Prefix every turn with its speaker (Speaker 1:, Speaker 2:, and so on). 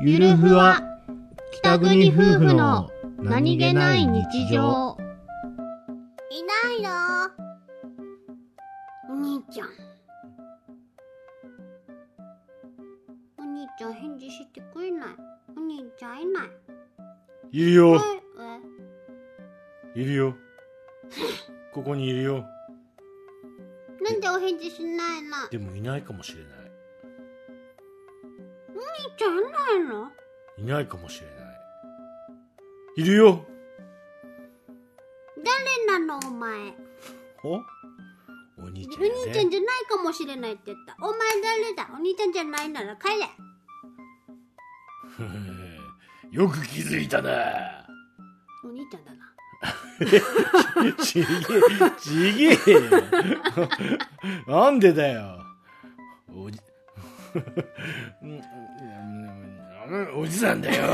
Speaker 1: ゆるふわ北国夫婦の
Speaker 2: いないろお兄ちゃんお兄ちゃん返事してくれないお兄ちゃんいない
Speaker 3: いるよ
Speaker 2: え
Speaker 3: いるよここにいるよ
Speaker 2: えなんでお返事しないのお
Speaker 3: でもいないかもしれない
Speaker 2: 兄ちゃんいないの
Speaker 3: いないかもしれないいるよ
Speaker 2: 誰なのお前
Speaker 3: おお兄ちゃ
Speaker 2: お兄ちゃ
Speaker 3: んね
Speaker 2: んじゃないかもしれないって言ったお前誰だお兄ちゃんじゃないなら帰れ
Speaker 3: ふふ よく気づいたな
Speaker 2: お兄ちゃんだな
Speaker 3: ちげえ、ちげえ よ。なんでだよ。お じ、うんうんうんうんおじさんだよ。